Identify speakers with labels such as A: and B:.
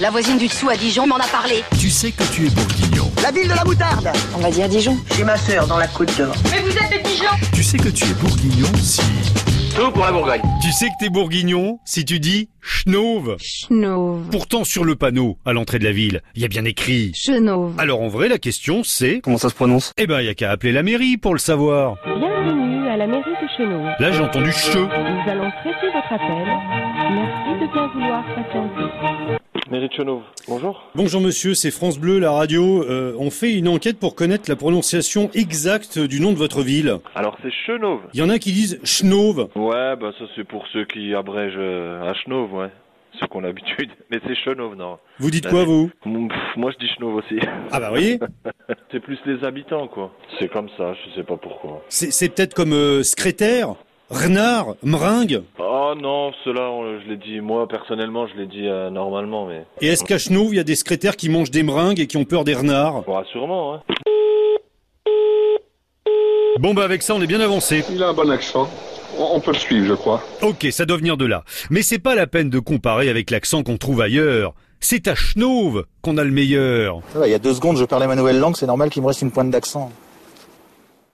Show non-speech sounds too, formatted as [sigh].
A: La voisine du dessous à Dijon m'en a parlé.
B: Tu sais que tu es bourguignon.
C: La ville de la moutarde
D: On va dire Dijon.
C: Chez ma sœur, dans la Côte d'Or.
E: Mais vous êtes des pigeons
B: Tu sais que tu es bourguignon si...
F: Tout pour la Bourgogne.
G: Tu sais que t'es bourguignon si tu dis schnauve.
H: Schnauve.
G: Pourtant sur le panneau à l'entrée de la ville, il y a bien écrit.
H: Chenauve.
G: Alors en vrai la question c'est
F: Comment ça se prononce
G: eh ben y a qu'à appeler la mairie pour le savoir.
I: Bienvenue à la mairie de Chenauve.
G: Là j'ai entendu che.
I: Nous allons traiter votre appel. Merci de bien vouloir patienter.
J: Mairie de Chenauve, bonjour.
K: Bonjour monsieur, c'est France Bleu, la radio. Euh, on fait une enquête pour connaître la prononciation exacte du nom de votre ville.
J: Alors c'est Chenauve.
K: Il y en a qui disent Chenauve.
J: Ouais, bah ça c'est pour ceux qui abrègent euh, à Chenauve, ouais. Ceux qui ont l'habitude. [laughs] Mais c'est Chenauve, non.
K: Vous dites quoi, vous
J: Pff, Moi je dis Chenauve aussi. [laughs]
K: Ah bah oui
J: C'est plus les habitants, quoi. C'est comme ça, je sais pas pourquoi.
K: C'est c'est peut-être comme euh, secrétaire Renard Meringue
J: Oh non, cela, je l'ai dit, moi personnellement, je l'ai dit euh, normalement, mais.
K: Et est-ce qu'à Chenauve, il y a des secrétaires qui mangent des meringues et qui ont peur des renards
J: Ouais, sûrement, hein.
G: Bon bah avec ça on est bien avancé.
L: Il a un bon accent. On on peut le suivre, je crois.
G: Ok, ça doit venir de là. Mais c'est pas la peine de comparer avec l'accent qu'on trouve ailleurs. C'est à Schnauve qu'on a le meilleur.
M: Ça va, il y a deux secondes, je parlais ma nouvelle langue, c'est normal qu'il me reste une pointe d'accent.